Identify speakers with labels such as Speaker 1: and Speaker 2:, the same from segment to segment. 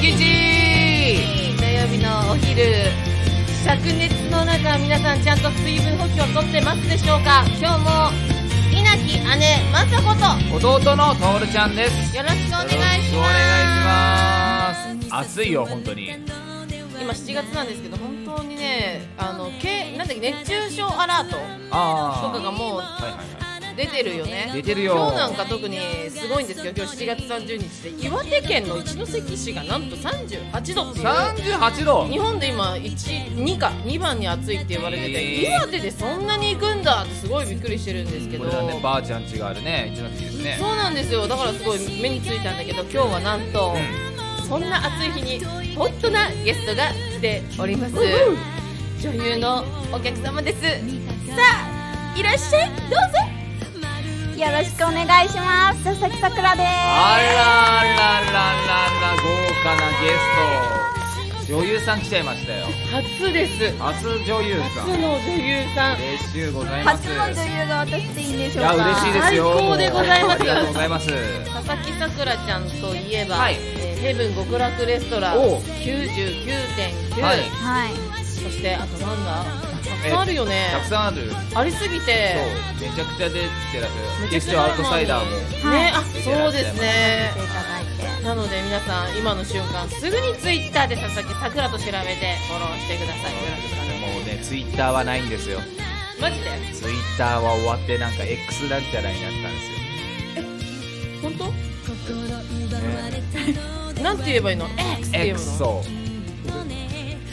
Speaker 1: ぎち
Speaker 2: 土曜日のお昼灼熱の中皆さんちゃんと水分補給をとってますでしょうか今日も稲木姉雅子と
Speaker 1: 弟のトールちゃんです
Speaker 2: よろしくお願いし
Speaker 1: よろくお願
Speaker 2: ま
Speaker 1: い
Speaker 2: す
Speaker 1: します暑いよ本当に
Speaker 2: 今7月なんですけど本当にねあのけなんだっけ熱中症アラート
Speaker 1: あ
Speaker 2: とかが
Speaker 1: あ
Speaker 2: もう
Speaker 1: はいはいはい
Speaker 2: 出てるよね
Speaker 1: 出てるよ
Speaker 2: 今日なんか特にすごいんですよ今日7月30日で岩手県の一関市がなんと38度っていう
Speaker 1: 38度
Speaker 2: 日本で今1 2か2番に暑いって言われてて、
Speaker 1: えー
Speaker 2: 岩手でそんなに行くんだってすごいびっくりしてるんですけ
Speaker 1: こ
Speaker 2: ど、
Speaker 1: れはねばあちゃん家があるね一の月ですね
Speaker 2: そうなんですよだからすごい目についたんだけど今日はなんと、そんな暑い日にホットなゲストが来ております、女優のお客様ですさあいらっしゃいどうぞ
Speaker 3: よろしくお願いします佐々木さくらで
Speaker 1: あららららら豪華なゲスト女優さん来ちゃいましたよ
Speaker 2: 初です
Speaker 1: 初女優さん
Speaker 2: 初の女優さん
Speaker 1: 嬉しゅうござい
Speaker 3: す
Speaker 1: ます
Speaker 3: 初の女優が私でいいんでし
Speaker 1: い
Speaker 3: ょう
Speaker 1: や
Speaker 3: か
Speaker 1: 嬉しいですよ
Speaker 2: 最高でございます
Speaker 1: ありがとうございます
Speaker 2: 佐々木さくらちゃんといえば、
Speaker 1: はい
Speaker 2: えーヘブン極楽レストラン
Speaker 1: おう
Speaker 2: 99.9、
Speaker 1: はい
Speaker 3: はい
Speaker 2: そしてあとなんだたくさんあるよね
Speaker 1: たくさんある
Speaker 2: ありすぎて
Speaker 1: そうめちゃくちゃ出てらっしゃる
Speaker 2: めちゃ
Speaker 1: 決
Speaker 2: く
Speaker 1: して
Speaker 2: ちゃ
Speaker 1: アウ
Speaker 2: なのに
Speaker 1: トサイダーも
Speaker 2: ねあ
Speaker 1: 出てら
Speaker 2: そ
Speaker 1: っ
Speaker 2: う
Speaker 1: しゃいます
Speaker 2: ですね
Speaker 3: 来ていただいて
Speaker 2: なので皆さん今の瞬間すぐにツイッターで佐々木さくらと調べてフォローしてくださいよろしくお願いし
Speaker 1: もうねツイッターはないんですよ
Speaker 2: ますマジで
Speaker 1: ツイッターは終わってなんか X なんちゃらになったんです
Speaker 2: 本
Speaker 1: よ、ね、
Speaker 2: 当なんて言えばいいの X って言う
Speaker 1: X
Speaker 2: の
Speaker 1: そう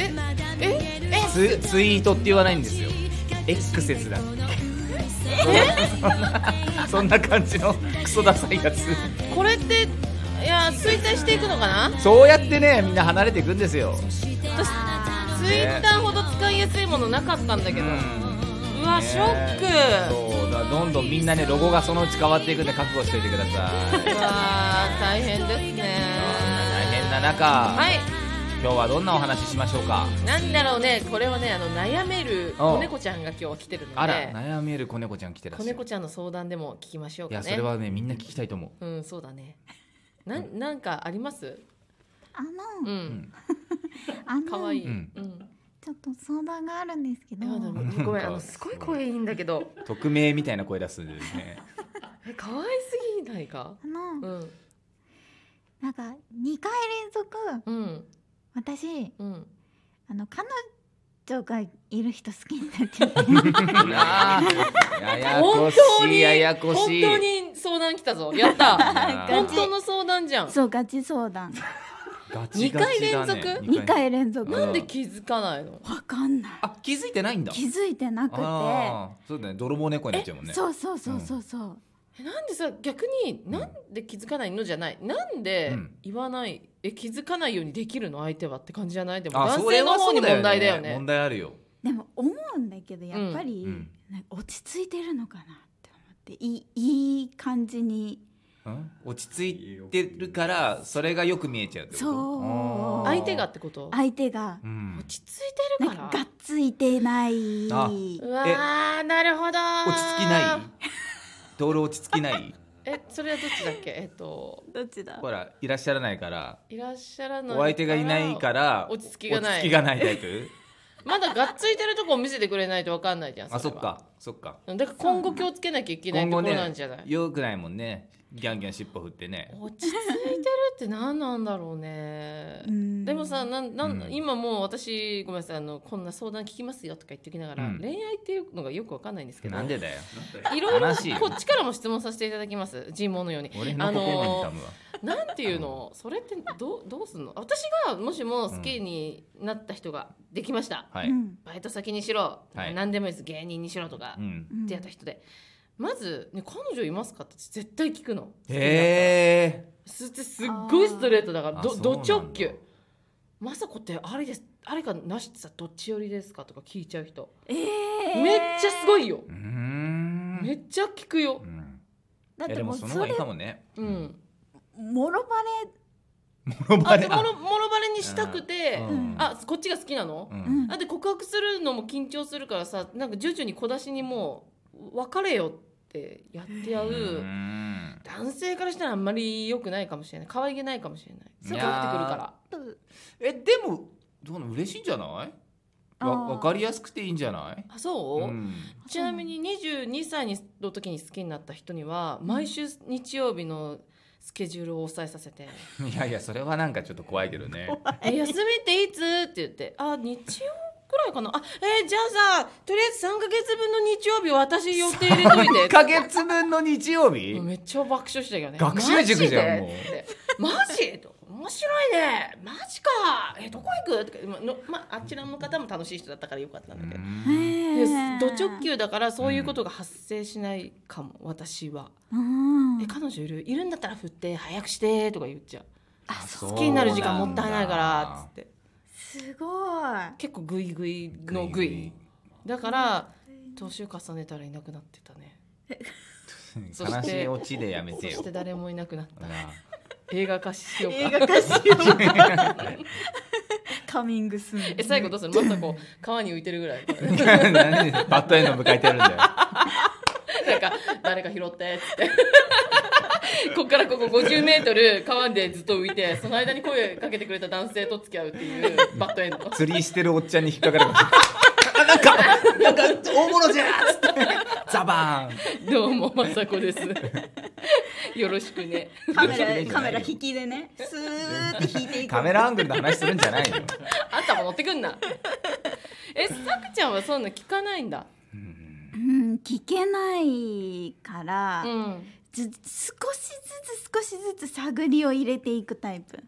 Speaker 2: えええ
Speaker 1: ツツイートって言わないんですよ X 説だ そんな感じのクソダサいやつ
Speaker 2: これっていや衰退していくのかな
Speaker 1: そうやってねみんな離れていくんですよ
Speaker 2: 私ツイッターほど使いやすいものなかったんだけど、うわ、ショック、
Speaker 1: そうだどんどんみんなねロゴがそのうち変わっていくんで覚悟しておいてください
Speaker 2: うわー大変ですね
Speaker 1: 大変な中、
Speaker 2: はい
Speaker 1: 今日はどんなお話ししましょうか
Speaker 2: なんだろうねこれはねあの悩める
Speaker 1: おう
Speaker 2: 子猫ちゃんが今日は来てるので
Speaker 1: あら悩める子猫ちゃん来てらっ
Speaker 2: 子
Speaker 1: しゃる
Speaker 2: 猫ちゃんの相談でも聞きましょ
Speaker 1: い
Speaker 2: うか
Speaker 1: や
Speaker 2: ね
Speaker 1: それはねみんな聞きたいと思う
Speaker 2: うんそうだねなんなんかあります
Speaker 3: あ
Speaker 2: う
Speaker 3: の
Speaker 2: ん
Speaker 3: あの
Speaker 2: 可愛、いい、
Speaker 1: う
Speaker 2: うんん
Speaker 3: ちょっと相談があるんですけ
Speaker 2: い
Speaker 3: ど
Speaker 2: やで
Speaker 3: は
Speaker 2: もごめんあのすごい声いいんだけど
Speaker 1: 匿名みたいな声出すんでね
Speaker 2: え可愛すぎないか
Speaker 3: あの
Speaker 2: うん
Speaker 3: なんか2回連続
Speaker 2: うん
Speaker 3: 私
Speaker 2: うん
Speaker 3: あの彼女がいる人好きになっち ゃって
Speaker 1: あーややこ
Speaker 2: 本
Speaker 1: し
Speaker 2: 当
Speaker 1: い
Speaker 2: に
Speaker 1: ややこしい
Speaker 2: 本当に相談来たぞ やった
Speaker 1: あー
Speaker 2: 本当の相談じゃん
Speaker 3: そうガチ相談
Speaker 1: ガチガチだね
Speaker 2: 二回連続
Speaker 3: 2回連続
Speaker 1: う
Speaker 3: わ
Speaker 2: なんで気づかないの
Speaker 3: かんない
Speaker 1: あ気づいてないんだ
Speaker 3: 気づいてなくて
Speaker 1: あーそうだね泥棒猫になっちゃうもんね
Speaker 3: そうそうそうそうそう
Speaker 2: えなんでさ逆になんで気づかないのじゃないなんで
Speaker 1: うん
Speaker 2: 言わない、え気づかないようにできるの相手はって感じじゃないでも
Speaker 1: あ
Speaker 2: 男
Speaker 1: そ
Speaker 2: 性
Speaker 1: れ
Speaker 2: の
Speaker 1: は
Speaker 2: 方
Speaker 1: そ
Speaker 2: に
Speaker 1: う
Speaker 2: 問題だよね
Speaker 1: 問題あるよ
Speaker 3: でも思うんだけどやっぱり、
Speaker 1: うん
Speaker 3: なんか落ち着いてるのかなって思っていいいい感じに
Speaker 1: ん落ち着いてるからそれがよく見えちゃうってこと
Speaker 3: そう
Speaker 1: あー
Speaker 2: 相手がってこと
Speaker 3: 相手が
Speaker 1: うん
Speaker 2: 落ち着いてる
Speaker 3: なん
Speaker 2: か
Speaker 3: からがっついてない
Speaker 1: あ
Speaker 2: うわーなるほどー
Speaker 1: 落ち着きない道路落ち着きない
Speaker 2: えそれはどっちだっけえっと
Speaker 3: どっちだ
Speaker 1: ほらいらっしゃらないから
Speaker 2: いらっしゃらない
Speaker 1: お相手がいないから
Speaker 2: 落ち着きがない
Speaker 1: 落ち着きがないタイ プ
Speaker 2: まだがっついてるとこを見せてくれないとわかんないじゃん
Speaker 1: あそ
Speaker 2: れ
Speaker 1: っ
Speaker 2: は
Speaker 1: かそっか
Speaker 2: だから今後気をつけなきゃいけない
Speaker 1: 今
Speaker 2: とこ
Speaker 1: 後
Speaker 2: ろ
Speaker 1: ね
Speaker 2: なんじゃない、
Speaker 1: よくないもんねギャンギャン尻尾振ってね
Speaker 2: 落ち着いてるって何なんだろうね
Speaker 3: うん
Speaker 2: でもさなんなん、
Speaker 1: うん
Speaker 2: 今もう私ごめんなさいあのこんな相談聞きますよとか言っておきながら、
Speaker 1: うん
Speaker 2: 恋愛っていうのがよくわかんないんですけど
Speaker 1: なんで だよ
Speaker 2: いろいろ
Speaker 1: 悲しい
Speaker 2: こっちからも質問させていただきます尋問のように
Speaker 1: 俺
Speaker 2: あ
Speaker 1: の心に
Speaker 2: の
Speaker 1: 痛むわ
Speaker 2: なんていうのそれってどうどうすんの私がもしも好きになった人ができました、
Speaker 1: は
Speaker 3: う
Speaker 1: い
Speaker 3: ん
Speaker 2: バイト先にしろ、
Speaker 1: はい
Speaker 2: 何でもいいです芸人にしろとか、
Speaker 1: う
Speaker 2: っ
Speaker 1: ん
Speaker 2: てやった人でまず、ね「彼女いますか?」って絶対聞くの
Speaker 1: へえ
Speaker 2: すすっごいストレートだから
Speaker 1: あ
Speaker 2: ど
Speaker 1: そう
Speaker 2: ど
Speaker 1: なんだ
Speaker 2: 直球まさこってあれですあれかなしってさどっち寄りですかとか聞いちゃう人、
Speaker 3: えー
Speaker 2: めっちゃすごいよ
Speaker 1: うーん
Speaker 2: めっちゃ聞くよ
Speaker 1: うん
Speaker 3: だ
Speaker 1: いや
Speaker 3: って
Speaker 1: で
Speaker 3: も
Speaker 1: も
Speaker 3: う
Speaker 1: その方
Speaker 3: そ
Speaker 1: がい
Speaker 3: れ
Speaker 1: いかもね
Speaker 2: うん、
Speaker 3: もろバレ
Speaker 1: モロ
Speaker 2: あ
Speaker 1: バレ
Speaker 2: もろもろバレにしたくて
Speaker 1: あ
Speaker 2: あ,、
Speaker 1: うん
Speaker 2: こっちが好きなの
Speaker 1: う、
Speaker 3: うんん
Speaker 2: あで告白するのも緊張するからさなんか徐々に小出しにもう別れよっってやってやう、
Speaker 1: ん
Speaker 2: 男性からしたらあんまり良くないかもしれない可愛げないかもしれないすぐ
Speaker 1: い
Speaker 2: 降ってくる
Speaker 1: やー
Speaker 2: か
Speaker 1: えでもどうなの嬉しいんじゃないわ
Speaker 3: あー
Speaker 1: わかりやすくていいんじゃない
Speaker 2: らあそう、
Speaker 1: ん
Speaker 2: ちなみに22歳の時に好きになった人には毎週日曜日のスケジュールを押さえさ せて
Speaker 1: いやいやそれはなんかちょっと怖いけど ね
Speaker 2: 「え休みっていつ?」って言って「あ日曜くらいかなあえーじゃあさとりあえず3ヶ月分の日曜日私予定入れとい て」
Speaker 1: 1ヶ月分の日曜日
Speaker 2: めっちゃ爆笑してたけどね
Speaker 1: 学習塾じゃん
Speaker 2: マジでってマジ面白いねマジかえどこ行くとかまの、まあちらの方も楽しい人だったからよかったんだけど、
Speaker 3: へ
Speaker 2: で
Speaker 3: え
Speaker 2: ド直球だからそういうことが発生しないかも私は、
Speaker 3: うん
Speaker 2: え彼女いるいるんだったら振って早くしてとか言っちゃう
Speaker 1: 好
Speaker 2: 好きになる時間もったいないからっつって
Speaker 3: すごい
Speaker 2: 結構グイグイのグイだから年を重ねたらいなくなってたねそして
Speaker 1: 悲しいオチでやめ
Speaker 2: そ
Speaker 1: てよ
Speaker 2: して誰もいなくなった
Speaker 1: なあ
Speaker 2: 映画化しようか
Speaker 3: 映画化しよう カミングスーン
Speaker 2: え最後どうするまたこう川に浮いてるぐらい
Speaker 1: なんでバッドエンド迎えてるんだよ
Speaker 2: なんか誰か拾ってっつって こっからここ50メートル川でずっと浮いてその間に声かけてくれた男性と付き合うっていうバッドエンド
Speaker 1: 釣りしてるおっちゃんに引っかかるかもしれないあなんかなん か大物じゃーっつってザバーン
Speaker 2: どうもまさこですよろしくね
Speaker 3: カメラカメラ引きでねスーって引いていく
Speaker 1: カメラアングルの話するんじゃないよ
Speaker 2: あんたも乗ってくん なえさくちゃんはそんな聞かないんだ
Speaker 3: うん聞けないから、
Speaker 2: うん
Speaker 3: ず少しずつ少しずつ探りを入れていくタイプ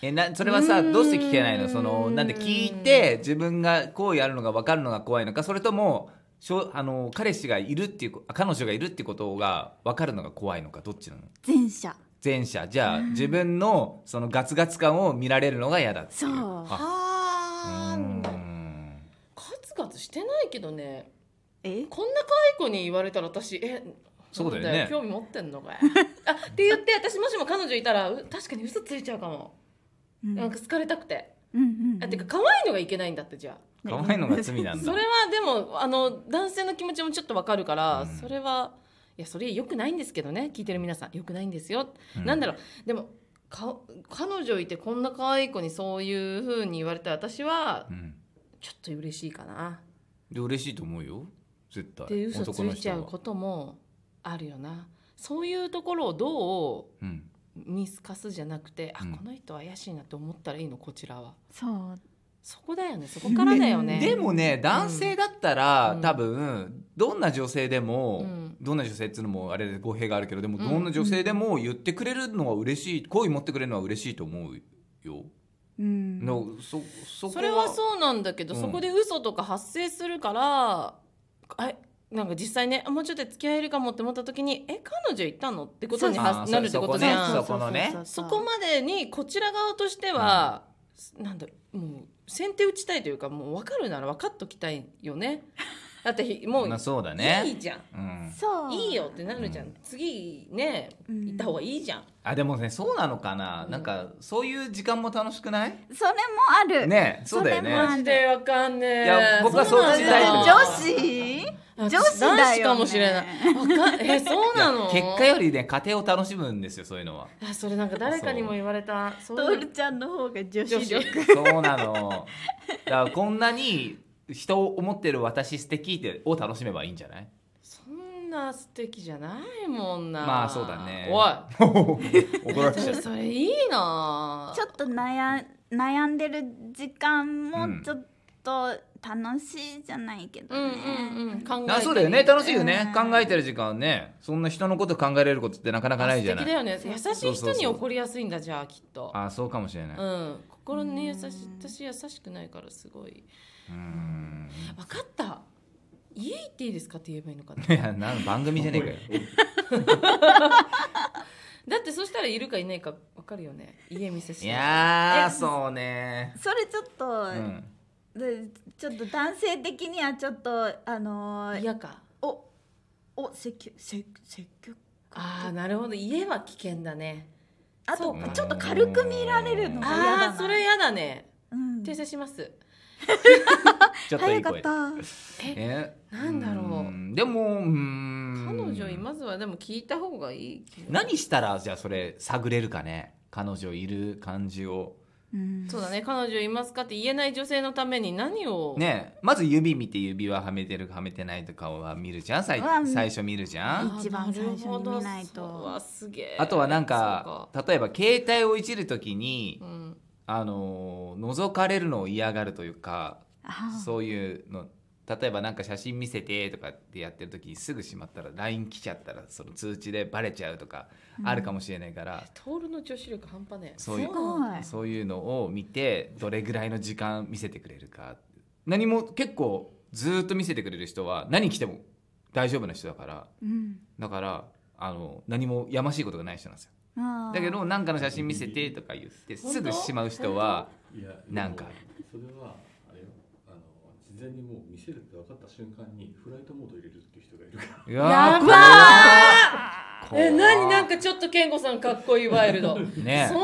Speaker 1: えなそれはさ
Speaker 2: うーん
Speaker 1: どうして聞けないのそのなんで聞いて自分が好意あるのが分かるのが怖いのかそれともしょあの彼氏がいるっていうこあ彼女がいるってことが分かるのが怖いのかどっちなの
Speaker 3: 前者
Speaker 1: 前者じゃあ自分のそのガツガツ感を見られるのが嫌だっていう
Speaker 3: そう
Speaker 1: あうー
Speaker 2: はー
Speaker 1: ん
Speaker 2: ガツガツしてないけどね
Speaker 3: え
Speaker 2: こんな可愛い子に言われたら私え
Speaker 1: そうだよね
Speaker 2: なん興味持って んのかいあって言って私もしも彼女いたらう確かに嘘ついちゃうかも、
Speaker 3: うん
Speaker 2: なんか好かれたくて
Speaker 3: うんうん
Speaker 2: あてか可愛いのがいけないんだってじゃあ
Speaker 1: 可愛いのが罪なん
Speaker 2: そ
Speaker 1: だ
Speaker 2: れはでもあの男性の気持ちもちょっとわかるから、
Speaker 1: うん
Speaker 2: それはいやそれ良くないんですけどね聞いてる皆さん良くないんですよ、
Speaker 1: うん
Speaker 2: なんだろうでもか彼女いてこんな可愛い子にそういう風に言われたら私は
Speaker 1: うん
Speaker 2: ちょっと嬉しいかな、
Speaker 1: で嬉しいと思うよ絶対
Speaker 2: で嘘つ
Speaker 1: 男の
Speaker 2: いち
Speaker 1: 人は
Speaker 2: ゃうこともあるよなそういうところをどう
Speaker 1: うん
Speaker 2: 見透かすじゃなくて、
Speaker 1: うん
Speaker 2: あこの人怪しいなって思ったらいいのこちらは
Speaker 3: そう
Speaker 2: そこだよねそこからだよね
Speaker 1: でもね男性だったら、
Speaker 2: うん
Speaker 1: 多分どんな女性でも、
Speaker 2: うん
Speaker 1: どんな女性っていうのもあれで語弊があるけどでも、
Speaker 2: うん
Speaker 1: どんな女性でも言ってくれるのは嬉しい好意持ってくれるのは嬉しいと思うよ。
Speaker 3: うん
Speaker 1: のそそこ
Speaker 2: それはそうなんだけど、
Speaker 1: うん
Speaker 2: そこで嘘とか発生するからあなんか実際ねあもうちょっと付き合えるかもって思った時にえ彼女いたのってことに
Speaker 3: そう
Speaker 1: あ
Speaker 2: は
Speaker 1: ー
Speaker 2: なるってことじゃ
Speaker 1: そ
Speaker 2: んそ
Speaker 1: こね
Speaker 3: うううう
Speaker 2: こまでにこちら側としては、なんだもう先手打ちたいというかもう分かるなら分かっときたいよねだってひもう
Speaker 1: まあそうだ
Speaker 2: い
Speaker 1: ね。
Speaker 2: いじゃん
Speaker 1: うん、
Speaker 3: そう
Speaker 2: いいよってなるじゃん、
Speaker 1: うん
Speaker 2: 次ね行った方がいいじゃん、
Speaker 1: あでもねそうなのかな、なんかそういう時間も楽しくない
Speaker 3: それもある
Speaker 1: ねそうだよ
Speaker 3: それも
Speaker 1: ね。
Speaker 3: ある
Speaker 2: マジでわかんねえ
Speaker 1: いや僕はそっち
Speaker 2: うなんだ
Speaker 1: タイ
Speaker 3: 女子
Speaker 2: あ
Speaker 3: 女子だよね
Speaker 2: 男子かもしれないわかんえそうなの
Speaker 1: いや結果よりね家庭を楽しむんですよそういうのは。
Speaker 2: あそれなんか誰かにも言われたそ
Speaker 3: トー
Speaker 2: う
Speaker 3: ルちゃんの方が女子
Speaker 2: 女
Speaker 3: 力
Speaker 2: 子
Speaker 1: そうなの。 だからこんなに人を思ってる私素敵ってを楽しめばいいんじゃない？
Speaker 2: そんな素敵じゃないもんな
Speaker 1: まあそうだね
Speaker 2: おい
Speaker 1: 怒られち
Speaker 2: そ
Speaker 1: ゃ
Speaker 2: れ
Speaker 1: う。
Speaker 2: それいいな
Speaker 3: ちょっと悩悩んでる時間
Speaker 1: うん
Speaker 3: もちょっと楽しいじゃないけど
Speaker 2: う
Speaker 3: ね
Speaker 2: ん、うんうん考え
Speaker 1: あそうだよね楽しいよね、
Speaker 3: うん
Speaker 1: 考えてる時間ねそんな人のこと考えれることってなかなかないじゃな
Speaker 2: 素敵だ
Speaker 1: い
Speaker 2: よね優しい人に怒りやすいんだじゃあきっと
Speaker 1: あそうかもしれないう
Speaker 2: うん心に優しい
Speaker 3: うん
Speaker 2: 私優しくないからすごい
Speaker 1: ーん
Speaker 2: 分かった家行っていいですかって言えばいいのかない
Speaker 1: やなん番組じゃねえかよ
Speaker 2: だってそしたらいるかいないか分かるよね家見せし
Speaker 1: い
Speaker 2: て
Speaker 1: やー
Speaker 2: え
Speaker 1: そうね
Speaker 3: それちょっと、
Speaker 1: うん
Speaker 3: でちょっと男性的にはちょっとあのー
Speaker 2: 嫌か
Speaker 3: おお積極積積極
Speaker 2: ああなるほど家は危険だね
Speaker 3: あ
Speaker 2: そ
Speaker 3: と
Speaker 2: うか
Speaker 3: ちょっと軽く見られるのが嫌だ
Speaker 2: あ
Speaker 3: な
Speaker 2: あそれ、やだね
Speaker 3: うん、
Speaker 2: 訂正します
Speaker 1: ちょっとい
Speaker 3: 早
Speaker 1: い
Speaker 3: か
Speaker 1: 声
Speaker 3: った。
Speaker 1: え
Speaker 2: なんだろう
Speaker 1: でもうーん
Speaker 2: 彼女いますはでも聞いた方がいい気が
Speaker 1: 何したらじゃあそれ探れるかね彼女いる感じを
Speaker 3: うん
Speaker 2: そうだね彼女いますかって言えない女性のために何を、
Speaker 1: ねまず指見て指輪はめてるはめてないとかは見るじゃん最
Speaker 3: うわ
Speaker 1: 最初見るじゃん
Speaker 2: あ
Speaker 3: 一番最初
Speaker 2: るほ
Speaker 3: に
Speaker 2: ど
Speaker 3: 見ないと
Speaker 2: そうわすげえ
Speaker 1: あとはなんか例えば携帯をいじるときに
Speaker 2: そうかうん
Speaker 1: あのー覗かれるのを嫌がるというか
Speaker 3: あ
Speaker 1: そういうの例えばなんか写真見せてとかってやってる時にすぐしまったら LINE 来ちゃったらその通知でバレちゃうとかあるかもしれないから、
Speaker 2: トールの女子力半端ねえ
Speaker 1: そういう
Speaker 3: すごい
Speaker 1: そういうのを見てどれぐらいの時間見せてくれるか何も結構ずーっと見せてくれる人は何来ても大丈夫な人だから
Speaker 3: うん
Speaker 1: だからあの何もやましいことがない人なんですよ
Speaker 3: あー
Speaker 1: だけど何かの写真見せてとか言って
Speaker 2: 本当
Speaker 1: すぐしまう人はい
Speaker 4: や
Speaker 1: なんか
Speaker 4: それはあれよあの事前にもう見せるって分かった瞬間にフライトモード入れるっていう人がいるから
Speaker 1: う
Speaker 2: や
Speaker 1: わー
Speaker 2: ば
Speaker 1: 怖い
Speaker 2: え何なんかちょっと健吾さんかっこいいワイルド、
Speaker 1: ね
Speaker 2: そん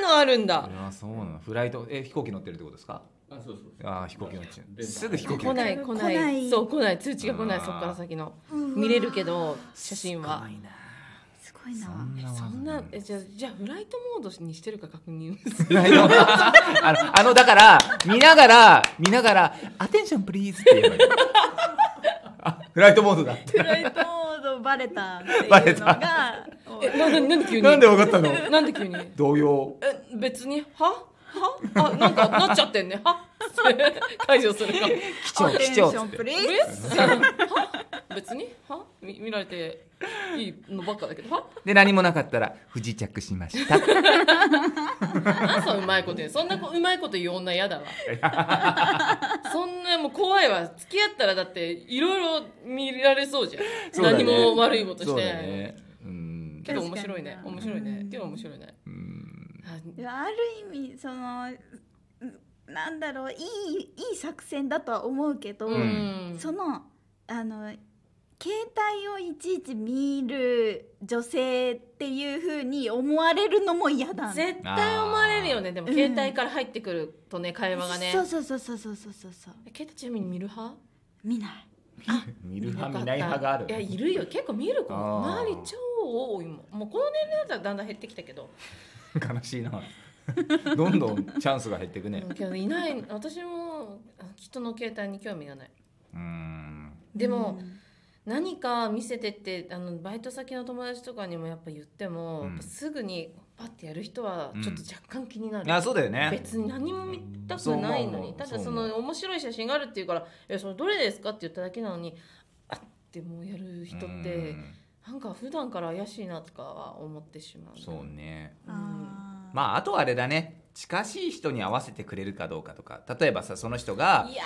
Speaker 2: なのあるんだ
Speaker 1: うわそうなのフライトえ飛行機乗ってるってことですか
Speaker 4: あそうそうそう
Speaker 1: あー飛行機乗っちゃう
Speaker 4: レンタル
Speaker 1: すぐ飛行機乗
Speaker 2: 来
Speaker 1: っちゃ
Speaker 2: な
Speaker 1: う
Speaker 2: い来
Speaker 3: 来
Speaker 2: な
Speaker 3: ないい
Speaker 2: そう来ない通知が来ないそっから先の見れるけど写真
Speaker 1: す
Speaker 2: は
Speaker 1: ごいな
Speaker 3: すごい
Speaker 1: そ
Speaker 3: なん
Speaker 1: な技
Speaker 2: そん
Speaker 1: な
Speaker 2: なん
Speaker 1: だ
Speaker 2: えじゃあじゃあフライトモードにしてるか確認
Speaker 1: ないのあのあのだから見ながら見ながら「アテンションプリーズ」って言えばいいあフライトモードだって
Speaker 3: フライトモードバレたって
Speaker 1: バレた
Speaker 3: が
Speaker 2: え なななんで急に
Speaker 1: なんでわかったの
Speaker 2: なんで急に
Speaker 1: 動 揺
Speaker 2: え別にははあなんかなっちゃってんねはって解除するかも
Speaker 1: 貴重貴重っつって
Speaker 3: リ
Speaker 2: えは別には見見られていいのばっかだけどは
Speaker 1: で何もなかったら「不時着しました」
Speaker 2: なんそううまいこと言うそんなこうまいこと言う女嫌だわそんなもう怖いわ付き合ったらだっていろいろ見られそうじゃん、
Speaker 1: そうだね
Speaker 2: 何も悪いことして
Speaker 1: そう
Speaker 2: ない
Speaker 1: だねうん
Speaker 2: けど面白いね
Speaker 3: 確かに
Speaker 2: 面白いね
Speaker 3: うん
Speaker 2: けど面白いね
Speaker 1: うん
Speaker 2: あ
Speaker 3: ある意味そのなんだろういいいい作戦だとは思うけど、
Speaker 2: うん
Speaker 3: そのあの携帯をいちいち見る女性っていう風に思われるのも嫌だ
Speaker 2: 絶対思われるよねでも
Speaker 3: うん
Speaker 2: 携帯から入ってくるとね会話がね、
Speaker 3: そうそうそうそうそうそうそうそう
Speaker 2: え携帯ちなみに見る派
Speaker 3: 見ない
Speaker 1: 見る派見ない派がある
Speaker 2: いやいるよ結構見る子
Speaker 1: あー
Speaker 2: 周り超多いもんもうこの年齢だったらだんだん減ってきたけど、
Speaker 1: 悲しいなどんどんチャンスが減っていくね
Speaker 2: うんけどいない私もあ人の携帯に興味がない
Speaker 1: うん
Speaker 2: でも、何か見せてってあのバイト先の友達とかにもやっぱ言っても、
Speaker 1: うん
Speaker 2: やっぱすぐにパッてやる人はちょっと若干気になる、
Speaker 1: あそうだよね
Speaker 2: 別に何も見たくない
Speaker 1: そう
Speaker 2: の
Speaker 1: 思う
Speaker 2: にた
Speaker 1: そう
Speaker 2: だ
Speaker 1: 思
Speaker 2: そうの面白い写真があるっていうから「えそれどれですか?」って言っただけなのにあってもうやる人って
Speaker 1: うん
Speaker 2: なんか普段から怪しいなとかは思ってしまう
Speaker 1: そうね
Speaker 2: うん
Speaker 3: あー
Speaker 1: まああとはあれだね近しい人に合わせてくれるかどうかとか例えばさその人が
Speaker 2: いや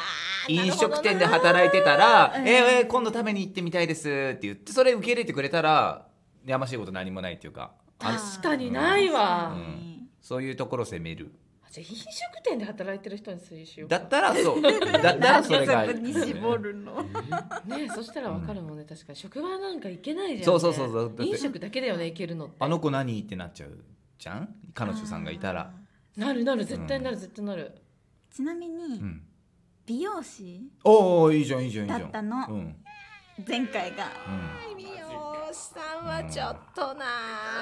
Speaker 2: ー
Speaker 1: 飲食店で
Speaker 2: なるほどな
Speaker 1: 働いてたら「
Speaker 3: うん
Speaker 1: えーえー今度食べに行ってみたいです」って言ってそれ受け入れてくれたらやましいこと何もないっていうかあ
Speaker 3: あ
Speaker 2: 確かにないわ、
Speaker 1: うん
Speaker 2: あ
Speaker 1: そういうところを責める
Speaker 2: じゃあ飲食店で働いてる人に推奨
Speaker 1: だったら そうだったらそれがいい
Speaker 3: に絞るの
Speaker 2: ね そしたらわかるもんね確かに職場なんか行けないじゃん、ね、
Speaker 1: そうそうそうそうだって
Speaker 2: 飲食だけだよね行けるのって
Speaker 1: あの子何ってなっちゃうじゃん彼女さんがいたら
Speaker 2: なるなる絶対なる絶対なる、
Speaker 3: ちなみに
Speaker 1: うん
Speaker 3: 美容師
Speaker 1: おおいいじゃんいいじゃんいいじ
Speaker 3: だ
Speaker 1: ゃ
Speaker 3: った
Speaker 1: ん
Speaker 3: の、
Speaker 1: うんうん
Speaker 3: 前回が
Speaker 2: 美容師さんはちょっとな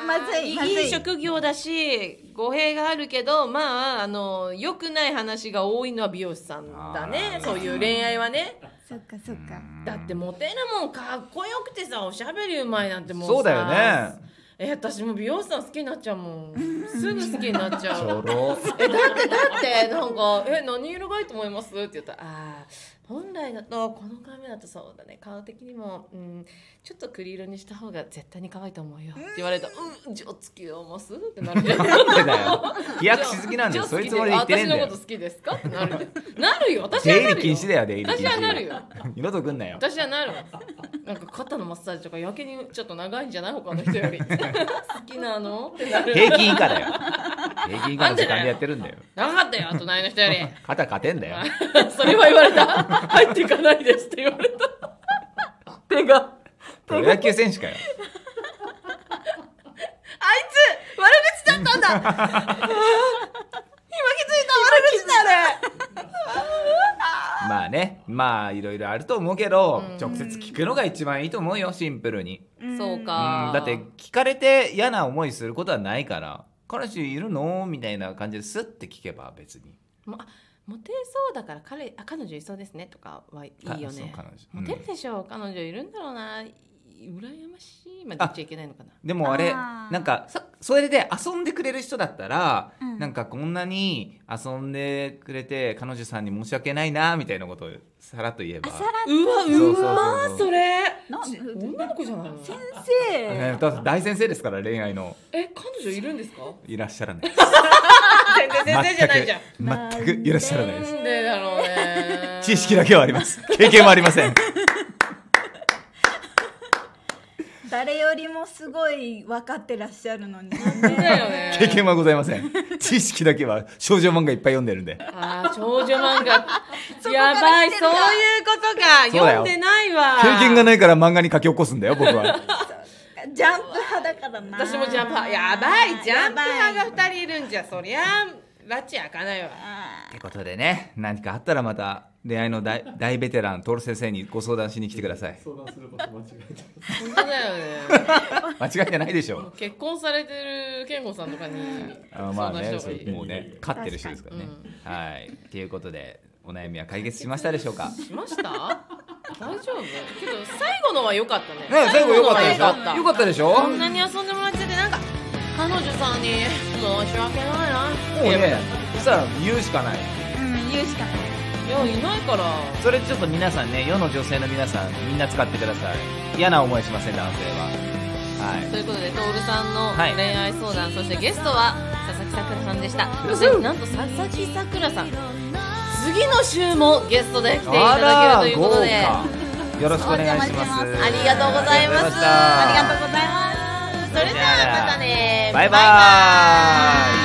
Speaker 2: あ
Speaker 3: まずいまずい
Speaker 2: いい職業だし語弊があるけどまああの良くない話が多いのは美容師さんだ
Speaker 1: あ
Speaker 2: ね
Speaker 1: ー
Speaker 2: そういう恋愛はね
Speaker 3: そっかそっか
Speaker 2: だってモテるもんかっこよくてさおしゃべりうまいなんてもうさ
Speaker 1: そうだよね
Speaker 2: え私も美容師さん好きになっちゃうもんすぐ好きになっちゃ
Speaker 1: ち
Speaker 2: う
Speaker 1: ょろ
Speaker 2: えだってだってなんか「え何色がいいと思います?」って言ったら「あー本来だとこの髪だとそうだね顔的にも、うん、ちょっと栗色にした方が絶対に可愛いと思うよ」って言われたら「うんじゃあ付き合います?」っ てなるじゃん
Speaker 1: なんでだよ飛躍しすぎなんだよ
Speaker 2: じゃ
Speaker 1: そ
Speaker 2: あ
Speaker 1: ういうつもりで言ってねえんだ
Speaker 2: 私の
Speaker 1: よ
Speaker 2: こと好きですかってなるなるよ私は
Speaker 1: 出
Speaker 2: な
Speaker 1: 入り
Speaker 2: る
Speaker 1: 禁
Speaker 2: よ
Speaker 1: 止だよ出入り禁止
Speaker 2: 私はなるよ
Speaker 1: 二度と来んなよ
Speaker 2: 私はなるわなんか肩のマッサージとかやけにちょっと長いんじゃない他の人より好きなのってなる
Speaker 1: 平均以下 だよ平均以下の時間でやってるんだよ
Speaker 2: 長かったよ隣の人より
Speaker 1: 肩勝てんだよ
Speaker 2: それは言われた入っていかないですって言われた手があ
Speaker 1: プロ野球選手かよ
Speaker 2: いつ悪口だったんだ今気づいた悪口だね
Speaker 1: まあいろいろあると思うけど、
Speaker 2: うん
Speaker 1: 直接聞くのが一番いいと思うよシンプルに、
Speaker 3: ん
Speaker 2: そう
Speaker 1: う
Speaker 2: か
Speaker 1: ん、
Speaker 2: あー
Speaker 1: だって聞かれて嫌な思いすることはないから彼氏いるのみたいな感じでスッて聞けば別に
Speaker 2: モテそうだから彼あ彼女いそうですねとかはい
Speaker 1: か
Speaker 2: いよ
Speaker 1: そう
Speaker 2: ね
Speaker 1: 彼女
Speaker 2: モテ
Speaker 1: うん
Speaker 2: るでしょう、彼女いるんだろうな羨ましいまで言っちゃいけないのかな
Speaker 1: でもあれ
Speaker 3: あー
Speaker 1: なんかさそれで遊んでくれる人だったら、
Speaker 3: うん
Speaker 1: なんかこんなに遊んでくれて彼女さんに申し訳ないなみたいなことをさらっと言えば
Speaker 3: あさら
Speaker 2: うわ
Speaker 1: そうそう
Speaker 2: う
Speaker 1: そう
Speaker 2: まーそれ
Speaker 3: な
Speaker 2: ち女の子じゃないの
Speaker 3: 先
Speaker 1: えー
Speaker 3: 生
Speaker 1: だって大先生ですから恋愛の
Speaker 2: え彼女いるんですか
Speaker 1: いらっしゃらない
Speaker 2: 全然 全然じゃないじゃん
Speaker 1: 全く全くいらっしゃらないです
Speaker 2: なんでだろうね
Speaker 1: 知識だけはあり ます経験はありません
Speaker 3: 誰よりもすごい分かってらっしゃるのに
Speaker 2: だよね
Speaker 1: 経験はございません知識だけは少女漫画いっぱい読んでるんで
Speaker 2: あー少女漫画
Speaker 3: そこから
Speaker 2: やばい
Speaker 3: 来
Speaker 2: そうい
Speaker 3: て
Speaker 2: うん
Speaker 3: だ
Speaker 2: こと
Speaker 1: そ
Speaker 2: か
Speaker 1: うだ
Speaker 2: 読
Speaker 1: よ
Speaker 2: んでないわ
Speaker 1: 経験がないから漫画に書き起こすんだよ僕は
Speaker 3: ジャンプ派だからな
Speaker 2: 私もジャンプ派やばいジャンプ派
Speaker 3: やばい
Speaker 2: が2人いるんじゃそりゃ拉致開かないわ
Speaker 3: あ
Speaker 1: ってことでね何かあったらまた恋愛の大 大ベテラントル先生にご相談しに来てください
Speaker 4: 相談すること間違えてます
Speaker 2: 本当だよね
Speaker 1: 間違いじゃないでしょ
Speaker 2: 結婚されてる健吾さんとかに
Speaker 1: あ
Speaker 2: 相
Speaker 1: まあ
Speaker 2: 談し
Speaker 1: ね
Speaker 2: た方がいい、
Speaker 1: そうもうね勝ってる人ですからね、はいということでお悩みは解決しましたでしょうかね
Speaker 2: しました大丈夫けど最後のは良かったね
Speaker 1: 最後良かったでし
Speaker 2: 最後のは
Speaker 1: ょ
Speaker 2: 良
Speaker 1: 良
Speaker 2: か
Speaker 1: か
Speaker 2: っ
Speaker 1: ったでしょ
Speaker 2: たこんなに遊んでもらっちゃってなんか彼女さんに申し訳ないな
Speaker 1: もうねそしたら言うしかない
Speaker 3: ーうん言うしかない
Speaker 2: いやいないから
Speaker 1: それちょっと皆さんね世の女性の皆さんみんな使ってください嫌な思いしません男性ははい
Speaker 2: ということで徹さんの
Speaker 1: はい
Speaker 2: 恋愛相談、そしてゲストは佐々木さくらさんでしたそしてなんと佐々木さくらさん次の週もゲストで来ていただけるということで
Speaker 1: あら豪華よろしくお願いします
Speaker 3: お邪魔してます
Speaker 2: ありがとうございます
Speaker 1: ありがとうございました
Speaker 3: ありがとうございます
Speaker 2: それではまたね
Speaker 1: バイバイ
Speaker 2: バイバイ